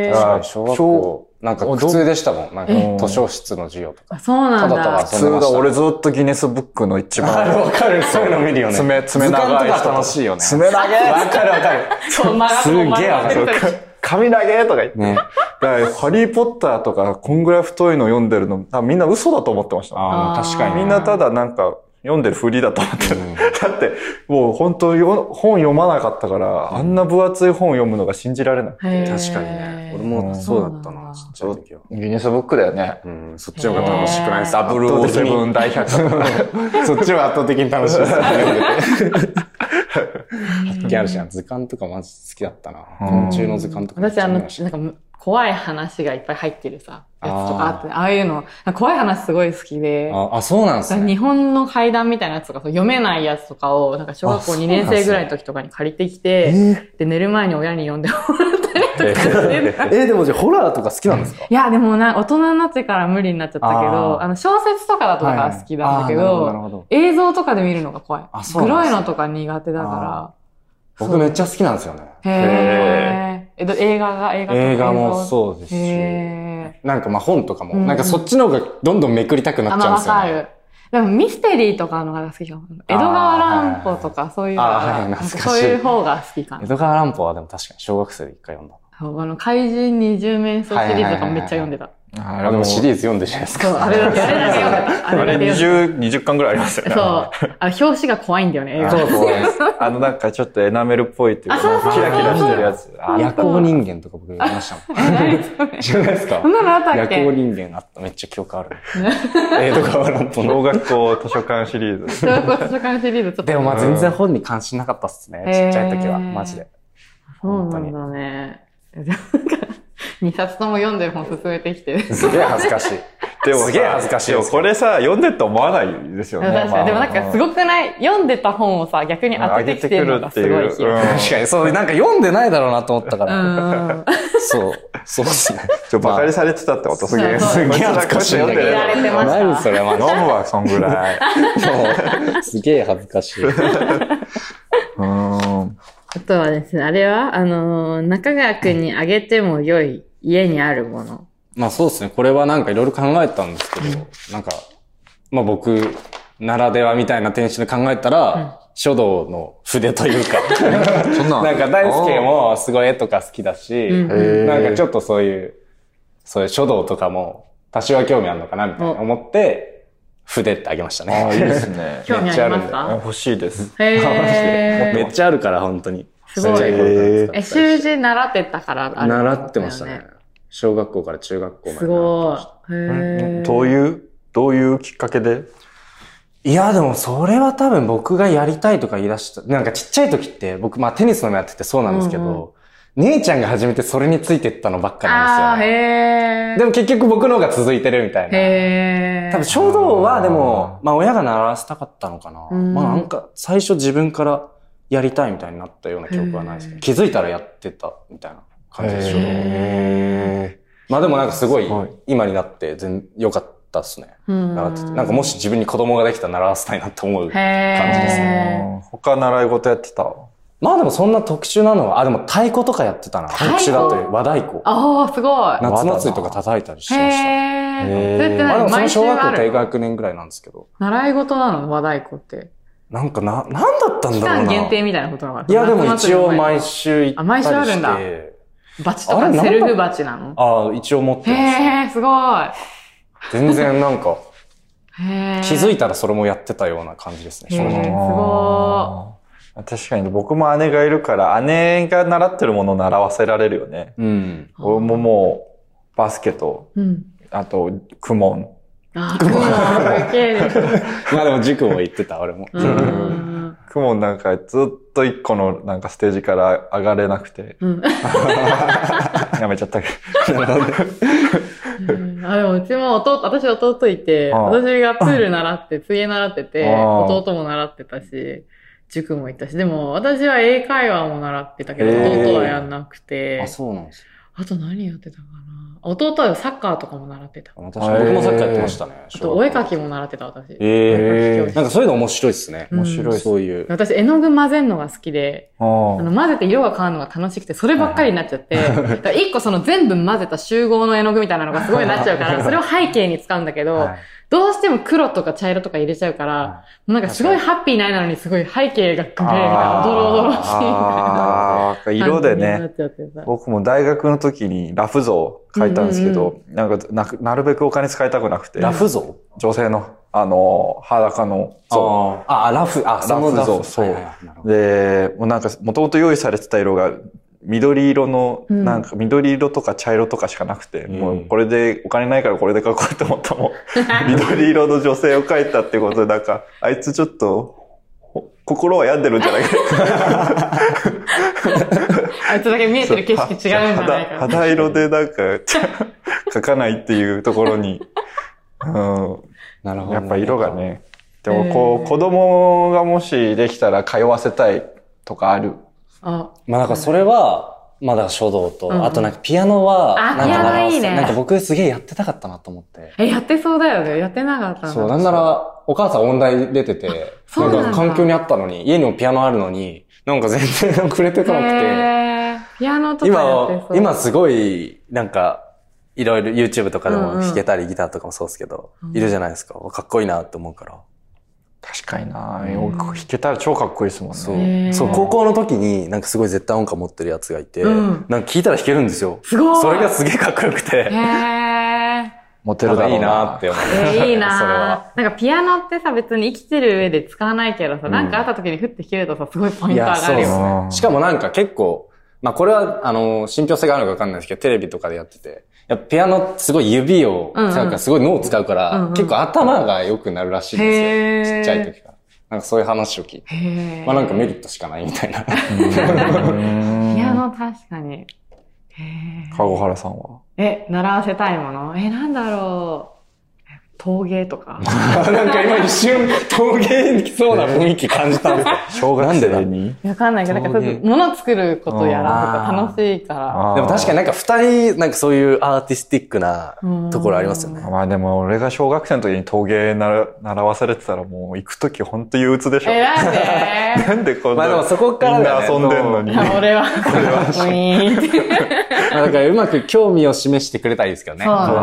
[SPEAKER 2] へ
[SPEAKER 1] だ
[SPEAKER 2] ー
[SPEAKER 1] か。
[SPEAKER 3] あー小学校、なんか苦痛でしたもん。なん
[SPEAKER 1] え
[SPEAKER 3] か図書室の授業とか。
[SPEAKER 2] あ、そうなんだ。
[SPEAKER 3] ただただ
[SPEAKER 1] 普通が俺ずっとギネスブックの一 番、
[SPEAKER 3] わかる、そういうの見るよ
[SPEAKER 1] 爪、爪
[SPEAKER 3] 図鑑
[SPEAKER 1] 長い
[SPEAKER 3] と
[SPEAKER 1] 人
[SPEAKER 3] か楽しいよね。
[SPEAKER 1] 爪長い
[SPEAKER 3] わかるわかる。
[SPEAKER 2] そう、まあ
[SPEAKER 3] すげえわか
[SPEAKER 1] そ
[SPEAKER 3] る
[SPEAKER 1] うか髪投げとか言って。
[SPEAKER 3] ね。
[SPEAKER 1] だから、ハリーポッターとか、こんぐらい太いの読んでるの、多分みんな嘘だと思ってました。
[SPEAKER 3] ああ、
[SPEAKER 2] あー
[SPEAKER 3] 確かに。
[SPEAKER 1] みんなただなんか、読んでるふりだと思ってる。
[SPEAKER 3] うん
[SPEAKER 1] だって、もう本当よ、本読まなかったから、あんな分厚い本読むのが信じられない。
[SPEAKER 2] へー
[SPEAKER 3] 確かにね。俺もそうだったな、ちっちゃい時は。
[SPEAKER 1] ギネスブックだよね。
[SPEAKER 3] うん、そっちの方が楽しくないです。ダブル
[SPEAKER 1] ど
[SPEAKER 3] オ
[SPEAKER 1] う
[SPEAKER 3] ー
[SPEAKER 1] で
[SPEAKER 3] セ
[SPEAKER 1] セブ
[SPEAKER 3] ブ
[SPEAKER 1] ン
[SPEAKER 3] ン。
[SPEAKER 1] 大百科。
[SPEAKER 3] そっちは圧倒的に楽しいです。発見あるじゃん。図鑑とかマジ好きだったな。
[SPEAKER 1] うん
[SPEAKER 3] 昆虫の図鑑とかめっ
[SPEAKER 2] 私
[SPEAKER 3] ちゃ
[SPEAKER 2] あ
[SPEAKER 3] 見
[SPEAKER 2] の、
[SPEAKER 3] ました。
[SPEAKER 2] なんかむ、怖い話がいっぱい入ってるさ、やつとかあって、ああいうの、なんか怖い話すごい好きで、
[SPEAKER 3] あ、あそうなんですね。
[SPEAKER 2] 日本の階段みたいなやつとか、そう読めないやつとかを、なんか小学校
[SPEAKER 3] あ
[SPEAKER 2] 2年生ぐらいの時とかに借りてきて、で、寝る前に親に読んでもらったりとかしてた。
[SPEAKER 3] え、でもじゃあホラーとか好きなんですか
[SPEAKER 2] いや、でもな、大人になってから無理になっちゃったけど、
[SPEAKER 3] あー
[SPEAKER 2] あの、小説とかだとかは好きなんだけ
[SPEAKER 3] はいはいあーなるほどなるほ
[SPEAKER 2] ど
[SPEAKER 3] ど、
[SPEAKER 2] 映像とかで見るのが怖い
[SPEAKER 3] あ。そうな
[SPEAKER 2] 黒
[SPEAKER 3] んです
[SPEAKER 2] い
[SPEAKER 3] ね
[SPEAKER 2] のとか苦手だから。
[SPEAKER 3] 僕めっちゃ好きなんですよね。
[SPEAKER 2] へーえ。ど映画が、映画とか
[SPEAKER 3] 映画も
[SPEAKER 2] 映像
[SPEAKER 3] そうですし。
[SPEAKER 2] へ
[SPEAKER 3] なんかまあ本とかも、
[SPEAKER 2] うん
[SPEAKER 3] なんかそっちの方がどんどんめくりたく
[SPEAKER 2] ー
[SPEAKER 3] な
[SPEAKER 2] あ、
[SPEAKER 3] っち
[SPEAKER 2] ま
[SPEAKER 3] ゃ
[SPEAKER 2] あ
[SPEAKER 3] うん
[SPEAKER 2] わか
[SPEAKER 3] ですよね。
[SPEAKER 2] る。でもミステリーとかの方が好きかも。江戸川乱歩とかそういうの
[SPEAKER 3] あーは
[SPEAKER 2] がなん
[SPEAKER 3] い
[SPEAKER 2] か
[SPEAKER 3] 懐か
[SPEAKER 2] そう
[SPEAKER 3] しい
[SPEAKER 2] いう方が好きか
[SPEAKER 3] 江
[SPEAKER 2] な。
[SPEAKER 3] 戸川乱歩はでも確かに小学生で一回読んだ。
[SPEAKER 2] そうあの、怪人二十面相シリーズとかめっちゃ読んでた。
[SPEAKER 1] あ
[SPEAKER 3] あでもシリーズ読んでるじゃないです
[SPEAKER 2] そう、
[SPEAKER 3] か。
[SPEAKER 2] あれだけ、あれだけ読んでた。あ
[SPEAKER 1] あ
[SPEAKER 2] れ
[SPEAKER 1] れ
[SPEAKER 2] だけ読んで
[SPEAKER 1] 20、20巻ぐらいありますよ
[SPEAKER 2] た。
[SPEAKER 1] ね。
[SPEAKER 2] そう。あの、表紙が怖いんだよね、映画。
[SPEAKER 3] そうそうです。
[SPEAKER 1] あのなんかちょっとエナメルっぽいっていうか、
[SPEAKER 2] あそうそうそう
[SPEAKER 1] キラキラしてるやつ。あ
[SPEAKER 3] 夜行人間とか僕読みましたもん。知らないですか
[SPEAKER 2] そんなのあった
[SPEAKER 3] 夜
[SPEAKER 2] っけ
[SPEAKER 3] 行人間あった。めっちゃ記憶ある。江戸川乱歩の。
[SPEAKER 1] 小学校図書館シリーズ。
[SPEAKER 2] 小学校図書館シリーズちょっと。
[SPEAKER 3] でもまあ全然本に関心なかったっすね。
[SPEAKER 2] へー
[SPEAKER 3] ちっちゃい時は。マジで。
[SPEAKER 2] そうなんだね。なんか、2冊とも読んでる本進めてきて。
[SPEAKER 3] すげえ恥ずかしい。
[SPEAKER 1] でも
[SPEAKER 3] すげえ恥ずかしい
[SPEAKER 1] で
[SPEAKER 3] で
[SPEAKER 1] も
[SPEAKER 3] すけ
[SPEAKER 1] こ
[SPEAKER 3] ど
[SPEAKER 1] れさ、読んでって思わないですよね。
[SPEAKER 2] 確かに。でもなんかす
[SPEAKER 1] い
[SPEAKER 2] ごくない読んでた本をさ、逆に当ててきてるのがすごい気が
[SPEAKER 1] うん
[SPEAKER 3] 確かに、そう、なんか読んでないだろうなと思ったか
[SPEAKER 2] う
[SPEAKER 3] ら。
[SPEAKER 2] ん。
[SPEAKER 3] そう、そうっすね。
[SPEAKER 1] ちょ、バカにされてたってことすげえ。
[SPEAKER 2] そう
[SPEAKER 3] すげえ恥ずかしいんだけど。
[SPEAKER 2] 見られてました
[SPEAKER 3] 何それ、マジ
[SPEAKER 1] 飲むわ、そんぐらい。
[SPEAKER 3] でもう。すげえ恥ずかしい。
[SPEAKER 1] うん。
[SPEAKER 2] あとはですね、あれは、あのー中川くんにあげても良い家にあるもの。
[SPEAKER 3] まあそうですね。これはなんかいろいろ考えたんですけど、なんか、まあ僕ならではみたいなテンションで考えたら、書道の筆と いうか、
[SPEAKER 1] そんな
[SPEAKER 3] なんか大輔。もすごい絵とか好きだし、
[SPEAKER 1] へー
[SPEAKER 3] なんかちょっとそういう、そういう書道とかも多少は興味あるのかなみたいな思って、筆ってあげました
[SPEAKER 1] あーあー、いい
[SPEAKER 3] ね。
[SPEAKER 1] ですね。
[SPEAKER 2] 興味ありますか
[SPEAKER 1] 欲しいです。
[SPEAKER 2] へ
[SPEAKER 3] め
[SPEAKER 2] ー
[SPEAKER 3] っちゃあるから本当に。
[SPEAKER 2] すごい
[SPEAKER 3] ちっちゃ頃から使ってた
[SPEAKER 2] え、
[SPEAKER 3] りして
[SPEAKER 2] 習字習ってたからある、
[SPEAKER 3] 習ってましたね。。小学校から中学校まです習って
[SPEAKER 2] ご
[SPEAKER 3] ました。
[SPEAKER 2] い。へー
[SPEAKER 1] どういう、どういうきっかけで
[SPEAKER 3] いや、でもそれは多分僕がやりたいとか言い出した。なんかちっちゃい時って、僕、まあテニスのもやっててそうなんですけど、
[SPEAKER 2] うんう
[SPEAKER 3] 姉ちゃんが初めてそれについてったのばっかな
[SPEAKER 2] あー、
[SPEAKER 3] んですよ、ね。
[SPEAKER 2] へー
[SPEAKER 3] でも結局僕の方が続いてるみたいな。
[SPEAKER 2] へー
[SPEAKER 3] 多分書道はでも
[SPEAKER 1] あ、
[SPEAKER 3] まあ親が習わせたかったのかな。
[SPEAKER 2] うん
[SPEAKER 3] まあなんか最初自分からやりたいみたいになったような記憶はないですけ
[SPEAKER 2] へ
[SPEAKER 3] ど、
[SPEAKER 2] ー
[SPEAKER 3] 気づいたらやってたみたいな感じでしょうね。
[SPEAKER 1] へ
[SPEAKER 3] まあでもなんかすごい
[SPEAKER 1] すごい、
[SPEAKER 3] 今になって全、良かったっすね。
[SPEAKER 2] うん
[SPEAKER 3] 習ってて。なんかもし自分に子供ができたら習わせたいなって思う。感じです
[SPEAKER 2] へー
[SPEAKER 1] ー他習い事やってた
[SPEAKER 3] まあでもそんな特殊なのは、あ、でも太鼓とかやってたな。
[SPEAKER 2] 太
[SPEAKER 3] 特
[SPEAKER 2] 鼓
[SPEAKER 3] 殊だという、和太鼓。
[SPEAKER 2] ああ、すご
[SPEAKER 3] 夏祭りとか叩いたりし
[SPEAKER 2] い。へ
[SPEAKER 3] ました。
[SPEAKER 2] え。それって
[SPEAKER 3] まあ
[SPEAKER 2] 何
[SPEAKER 3] でもその
[SPEAKER 2] 毎週
[SPEAKER 3] 小学
[SPEAKER 2] あ
[SPEAKER 3] 校低
[SPEAKER 2] るの
[SPEAKER 3] 学年ぐらいなんですけど。
[SPEAKER 2] 習い事なの和太鼓って。
[SPEAKER 3] なんかな、なんだったん
[SPEAKER 2] 期
[SPEAKER 3] だろう
[SPEAKER 2] 間
[SPEAKER 3] な。
[SPEAKER 2] 限定みたいなことなのかない
[SPEAKER 3] やでも一応毎
[SPEAKER 2] 週。
[SPEAKER 3] 週行ったりして。
[SPEAKER 2] あ毎週あるんだバチと
[SPEAKER 3] あ
[SPEAKER 2] か
[SPEAKER 3] れ
[SPEAKER 2] セルフバチなの
[SPEAKER 3] ああ、一応持って
[SPEAKER 2] へ
[SPEAKER 3] ました。
[SPEAKER 2] え、すごい。
[SPEAKER 3] 全然なんか、
[SPEAKER 2] へ
[SPEAKER 3] 気づ
[SPEAKER 2] い
[SPEAKER 3] いたらそれもやってたような感じですね、
[SPEAKER 2] へ
[SPEAKER 3] 正
[SPEAKER 2] ー
[SPEAKER 3] 直。
[SPEAKER 1] い。確かに僕も姉がいるから、姉が習ってるものを習わせられるよね。
[SPEAKER 3] うん。
[SPEAKER 1] 俺ももう、バスケと、
[SPEAKER 2] うん。
[SPEAKER 1] あと、クモン。
[SPEAKER 2] あ、雲かける。
[SPEAKER 3] まあでも塾も行ってた、俺も。
[SPEAKER 2] うん。
[SPEAKER 1] クモンなんかずっと一個のなんかステージから上がれなく て、
[SPEAKER 2] うん。
[SPEAKER 1] やめちゃったけ
[SPEAKER 2] うんあ、でもうちも弟、私弟いて、
[SPEAKER 1] ああ
[SPEAKER 2] 私がプール習って、水泳習ってて、
[SPEAKER 1] ああ
[SPEAKER 2] 弟も習ってたし、塾も行ったし、でも私は英会話も習ってたけど、
[SPEAKER 1] へえ
[SPEAKER 2] 弟はやんなくて
[SPEAKER 3] あ、、そうなんです
[SPEAKER 2] あと何やってたかな弟はサッカーとかも習ってた。
[SPEAKER 3] よ。私も僕もサッカーやってましたね。
[SPEAKER 2] あとお絵
[SPEAKER 3] か
[SPEAKER 2] 描きも習ってた私。
[SPEAKER 3] え
[SPEAKER 2] お絵描き教
[SPEAKER 3] え。
[SPEAKER 2] 室
[SPEAKER 3] なんかそういうの面白いですね。
[SPEAKER 2] うん面白いっす
[SPEAKER 3] そういう。
[SPEAKER 2] 私、絵の具混ぜるのが好きで、あ
[SPEAKER 1] ど。
[SPEAKER 2] の混ぜて色が変わるのが楽しくて、そればっかりになっちゃって、だから一個その全部混ぜた集合の絵の具みたいなのがすごいなっちゃうから、それを背景に使うんだけど、
[SPEAKER 3] はい
[SPEAKER 2] どうしても黒とか茶色とか入れちゃうから、なんかすごいハッピーな絵なのにすごい背景がグレーみたいな、ドロドロしいみたいな。
[SPEAKER 1] あー色でね。。僕も大学の時にラフ像を描いたんですけど、なんかなくなるべくお金使いたくなくて、
[SPEAKER 3] ラフ像
[SPEAKER 1] 女性の、あの、裸の像。
[SPEAKER 3] あーあ、ラフ、あ、その
[SPEAKER 1] ラフ像そう
[SPEAKER 3] はいはいはいなるほど
[SPEAKER 1] で、もうなんか、もともと用意されてた色が、緑色の、
[SPEAKER 2] うん
[SPEAKER 1] なんか緑色とか茶色とかしかなくて、
[SPEAKER 3] ん
[SPEAKER 1] もうこれで、お金ないからこれで描こうと思った もん。緑色の女性を描いたってことで、なんか、あいつちょっと、ほ心は病んでるんじゃないか。
[SPEAKER 2] あいつだけ見えて る景色違うんじゃない
[SPEAKER 1] そう
[SPEAKER 2] か
[SPEAKER 1] 肌
[SPEAKER 2] な。
[SPEAKER 1] 肌色でなんか、 描かないっていうところに、う
[SPEAKER 3] なる
[SPEAKER 1] ん、
[SPEAKER 3] ほど。
[SPEAKER 1] やっぱ色が。ね。でも
[SPEAKER 2] へ
[SPEAKER 1] こ
[SPEAKER 2] ー
[SPEAKER 1] う、子供がもしできたら通わせたいとかある。
[SPEAKER 2] あ、
[SPEAKER 3] まあなんかそれは、まだ書道と、
[SPEAKER 2] うん
[SPEAKER 3] あとなんかピアノは、
[SPEAKER 2] あ
[SPEAKER 3] なん
[SPEAKER 2] ピ
[SPEAKER 3] か
[SPEAKER 2] アノいいね
[SPEAKER 3] 習わせなんか僕すげえやってたかったなと思って。
[SPEAKER 2] え、やってそうだよね。やってなかったんだ
[SPEAKER 3] そう、なんなら、お母さん音大出てて、
[SPEAKER 2] そうなんだ
[SPEAKER 3] か環境にあったのに、家にもピアノあるのに、なんか全然くれてこなくて。
[SPEAKER 2] へーピアノとかやってそ、
[SPEAKER 3] 今
[SPEAKER 2] う。
[SPEAKER 3] 今すごい、なんか、いろいろ YouTube とかでも弾けたり、ギターとかもそうですけど、
[SPEAKER 2] うん
[SPEAKER 3] いるじゃないですか。かっこいいなって思うから。
[SPEAKER 1] 確かにな
[SPEAKER 2] うん
[SPEAKER 1] よく弾けたら超かっこいいですもんね。
[SPEAKER 3] そう
[SPEAKER 2] へー。
[SPEAKER 3] そう、高校の時になんかすごい絶対音感持ってるやつがいて、
[SPEAKER 2] うん
[SPEAKER 3] なんか聞いたら弾けるんですよ。
[SPEAKER 2] すごい
[SPEAKER 3] それがすげえかっこよく
[SPEAKER 2] へ
[SPEAKER 3] て、
[SPEAKER 2] ー
[SPEAKER 1] モテ
[SPEAKER 3] な
[SPEAKER 1] る
[SPEAKER 3] ん
[SPEAKER 1] だ
[SPEAKER 3] か
[SPEAKER 1] ろ
[SPEAKER 3] いういなって思う。
[SPEAKER 2] えーいい
[SPEAKER 3] それは。
[SPEAKER 2] なぁ。なんかピアノってさ、別に生きてる上で使わないけどさ、
[SPEAKER 3] うん
[SPEAKER 2] なんかあった時にふって弾けるとさ、すごいポイント上がるよ。
[SPEAKER 3] いやそう ですねしかもなんか結構、まあこれは、あの、信憑性があるのかわかんないですけど、テレビとかでやってて、やっぱピアノすごい指を使うか
[SPEAKER 2] う
[SPEAKER 3] ら、
[SPEAKER 2] んうん
[SPEAKER 3] すごい脳を使うから、
[SPEAKER 2] うんうん
[SPEAKER 3] 結構頭が良くなるらしいんです
[SPEAKER 2] へー
[SPEAKER 3] よ。ちっちゃい時から。なんかそういう話を聞いて。
[SPEAKER 2] へー
[SPEAKER 3] まあなんかメリットしかないみたいな。
[SPEAKER 2] ピア
[SPEAKER 1] うん
[SPEAKER 2] ノ確かに。へー
[SPEAKER 1] 籠原さんは
[SPEAKER 2] え、習わせたいものえ、なんだろう。陶芸とか。
[SPEAKER 3] なんか今一瞬、陶芸に来そうな雰囲気感じたんですけど
[SPEAKER 1] 小学生に
[SPEAKER 2] わかんないけど、なんかそういう
[SPEAKER 3] 陶芸
[SPEAKER 2] 物作ることやらとか
[SPEAKER 3] あー
[SPEAKER 2] 楽しいから。
[SPEAKER 1] あー
[SPEAKER 3] でも確かになんか二人、なんかそういうアーティスティックな
[SPEAKER 2] うん
[SPEAKER 3] ところありますよね。
[SPEAKER 1] まあでも俺が小学生の時に陶芸なら習わされてたらもう行く時ほんと憂鬱でしょ。
[SPEAKER 2] え、なん で
[SPEAKER 1] なんでこんな、
[SPEAKER 3] まあでもそこからだよね
[SPEAKER 1] みんな遊んでんのに。
[SPEAKER 2] あ俺は、ウィーンって
[SPEAKER 3] まあだからうまく興味を示してくれたらいいですけどね。
[SPEAKER 2] そう
[SPEAKER 3] 子供が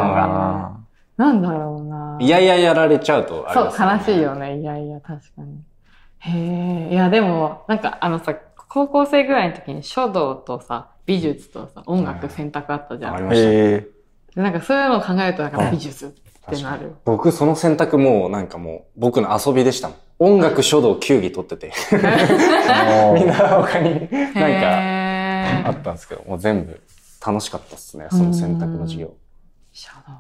[SPEAKER 1] あ
[SPEAKER 2] なんだろうなぁ
[SPEAKER 3] いやいややられちゃうとあれ
[SPEAKER 2] そう
[SPEAKER 3] で、すね
[SPEAKER 2] 悲しい。よね。いやいや、確かに。へえ、いや、でも、なんか、あのさ、高校生ぐらいの時に書道とさ、美術とさ、音楽選択あったじゃ
[SPEAKER 3] わ
[SPEAKER 2] ん。
[SPEAKER 1] ー
[SPEAKER 3] かりました。
[SPEAKER 1] え
[SPEAKER 2] でなんかそういうのを考えると、なん
[SPEAKER 3] は
[SPEAKER 2] か
[SPEAKER 3] い
[SPEAKER 2] 美術ってなる。
[SPEAKER 3] 僕その選択もうなんかもう僕の遊びでしたもん。音楽、書道、球技取ってて。
[SPEAKER 1] ー、
[SPEAKER 3] みんな他に なんか
[SPEAKER 2] へ
[SPEAKER 3] あ
[SPEAKER 2] ー
[SPEAKER 3] ったんですけど、もう全部楽しかったっすね。その選択の授業。
[SPEAKER 2] 書道か。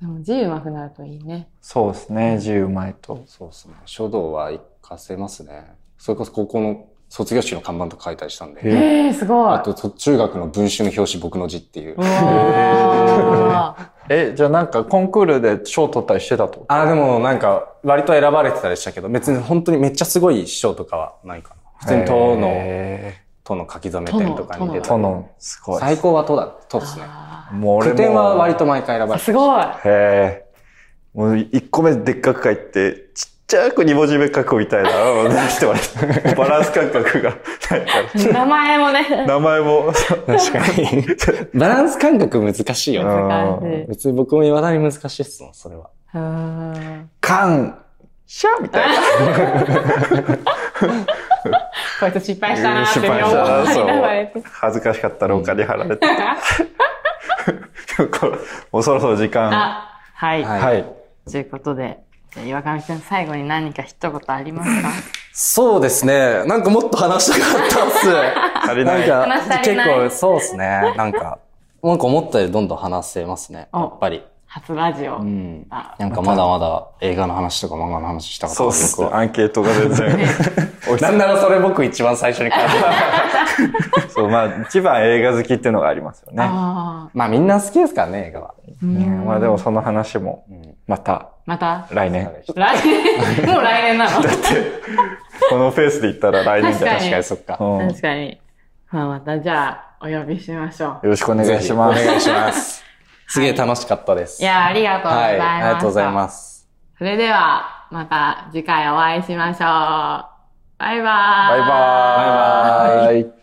[SPEAKER 2] でも字上手くなるといいね。
[SPEAKER 1] そうですね、自由前と。
[SPEAKER 3] そうですね。書道は活かせますね。それこそ高校の卒業式の看板とか書いたりしたん
[SPEAKER 1] へ
[SPEAKER 3] で。
[SPEAKER 1] え
[SPEAKER 2] へえ、すごい。
[SPEAKER 3] あと、中学の文集の表紙僕の字っていう
[SPEAKER 2] う。わー
[SPEAKER 1] え、じゃあなんかコンクールで賞取ったりしてたと
[SPEAKER 3] あ、でもなんか、割と選ばれてたりしたけど、別に本当にめっちゃすごい師匠とかはないかな。普通に都の、
[SPEAKER 1] へ
[SPEAKER 3] 都の書き初め店とかに出
[SPEAKER 1] ー
[SPEAKER 3] た
[SPEAKER 1] と
[SPEAKER 3] り。
[SPEAKER 1] の、すごい。
[SPEAKER 3] 最高は都だ、都ですね。
[SPEAKER 2] あ
[SPEAKER 1] もう俺
[SPEAKER 3] 句
[SPEAKER 1] も。
[SPEAKER 3] 点は割と毎回選ば
[SPEAKER 2] ー
[SPEAKER 3] れて
[SPEAKER 2] すごい。
[SPEAKER 1] へえ。もう一個目でっかく書いて、ちっちゃく二文字目書くみたいな、出してもらって、バランス感覚がないから。
[SPEAKER 2] 名前もね、
[SPEAKER 1] 名前も、そう
[SPEAKER 3] 確かに。バランス感覚難しいよね。
[SPEAKER 2] 難しい。
[SPEAKER 3] 別に僕も未だに難しいっすもん、それは。
[SPEAKER 2] うーん
[SPEAKER 1] カン、シャみたいな。
[SPEAKER 2] こいつ失敗したなーって思
[SPEAKER 1] な そう
[SPEAKER 2] われて。
[SPEAKER 1] 恥ずかしかったらお金払われて。こうもうそろそろ時間。
[SPEAKER 2] あ、はい。
[SPEAKER 3] はい
[SPEAKER 1] はい。
[SPEAKER 2] ということで、じゃあ岩上くん、最後に何か一言あります か
[SPEAKER 3] そうですね。なんかもっと話したかったっす。
[SPEAKER 1] 足りない
[SPEAKER 3] なん
[SPEAKER 2] 話
[SPEAKER 3] か、
[SPEAKER 2] 足り
[SPEAKER 3] 結
[SPEAKER 2] ない
[SPEAKER 3] 構、そうですね。なんか、なんか思ったよりどんどん話せますね。
[SPEAKER 2] お
[SPEAKER 3] やっぱり。
[SPEAKER 2] 初ラジオ。
[SPEAKER 3] うん。
[SPEAKER 2] あ
[SPEAKER 3] なんかまだまだ映画の話とか漫画の話したかった
[SPEAKER 1] そうっすね。アンケートが全然。
[SPEAKER 3] 僕はなんならそれ僕一番最初に書いた。
[SPEAKER 1] そう、まあ、一番映画好きっていうのがありますよね。
[SPEAKER 2] あ
[SPEAKER 3] まあみんな好きですからね、映画は。
[SPEAKER 2] ーうん
[SPEAKER 1] うんまあでもその話も
[SPEAKER 3] ん、
[SPEAKER 1] また
[SPEAKER 2] また
[SPEAKER 1] 来年。
[SPEAKER 2] 来 年もう来年なの
[SPEAKER 1] このペースで言ったら来年じゃない
[SPEAKER 3] 確かにそっか。
[SPEAKER 1] うんよ
[SPEAKER 2] 確かに。まあまたじゃあ、お呼びしましょう。
[SPEAKER 1] ろしくお願いします。
[SPEAKER 3] お願いします。すげえ楽しかったです。
[SPEAKER 2] いやあ、ありがとうござ
[SPEAKER 3] はいい、
[SPEAKER 2] ます。
[SPEAKER 3] ありがとうござい
[SPEAKER 2] す。
[SPEAKER 3] ます。
[SPEAKER 2] それでは、また次回お会いしましょう。バイバーイ。
[SPEAKER 1] バイバーイ。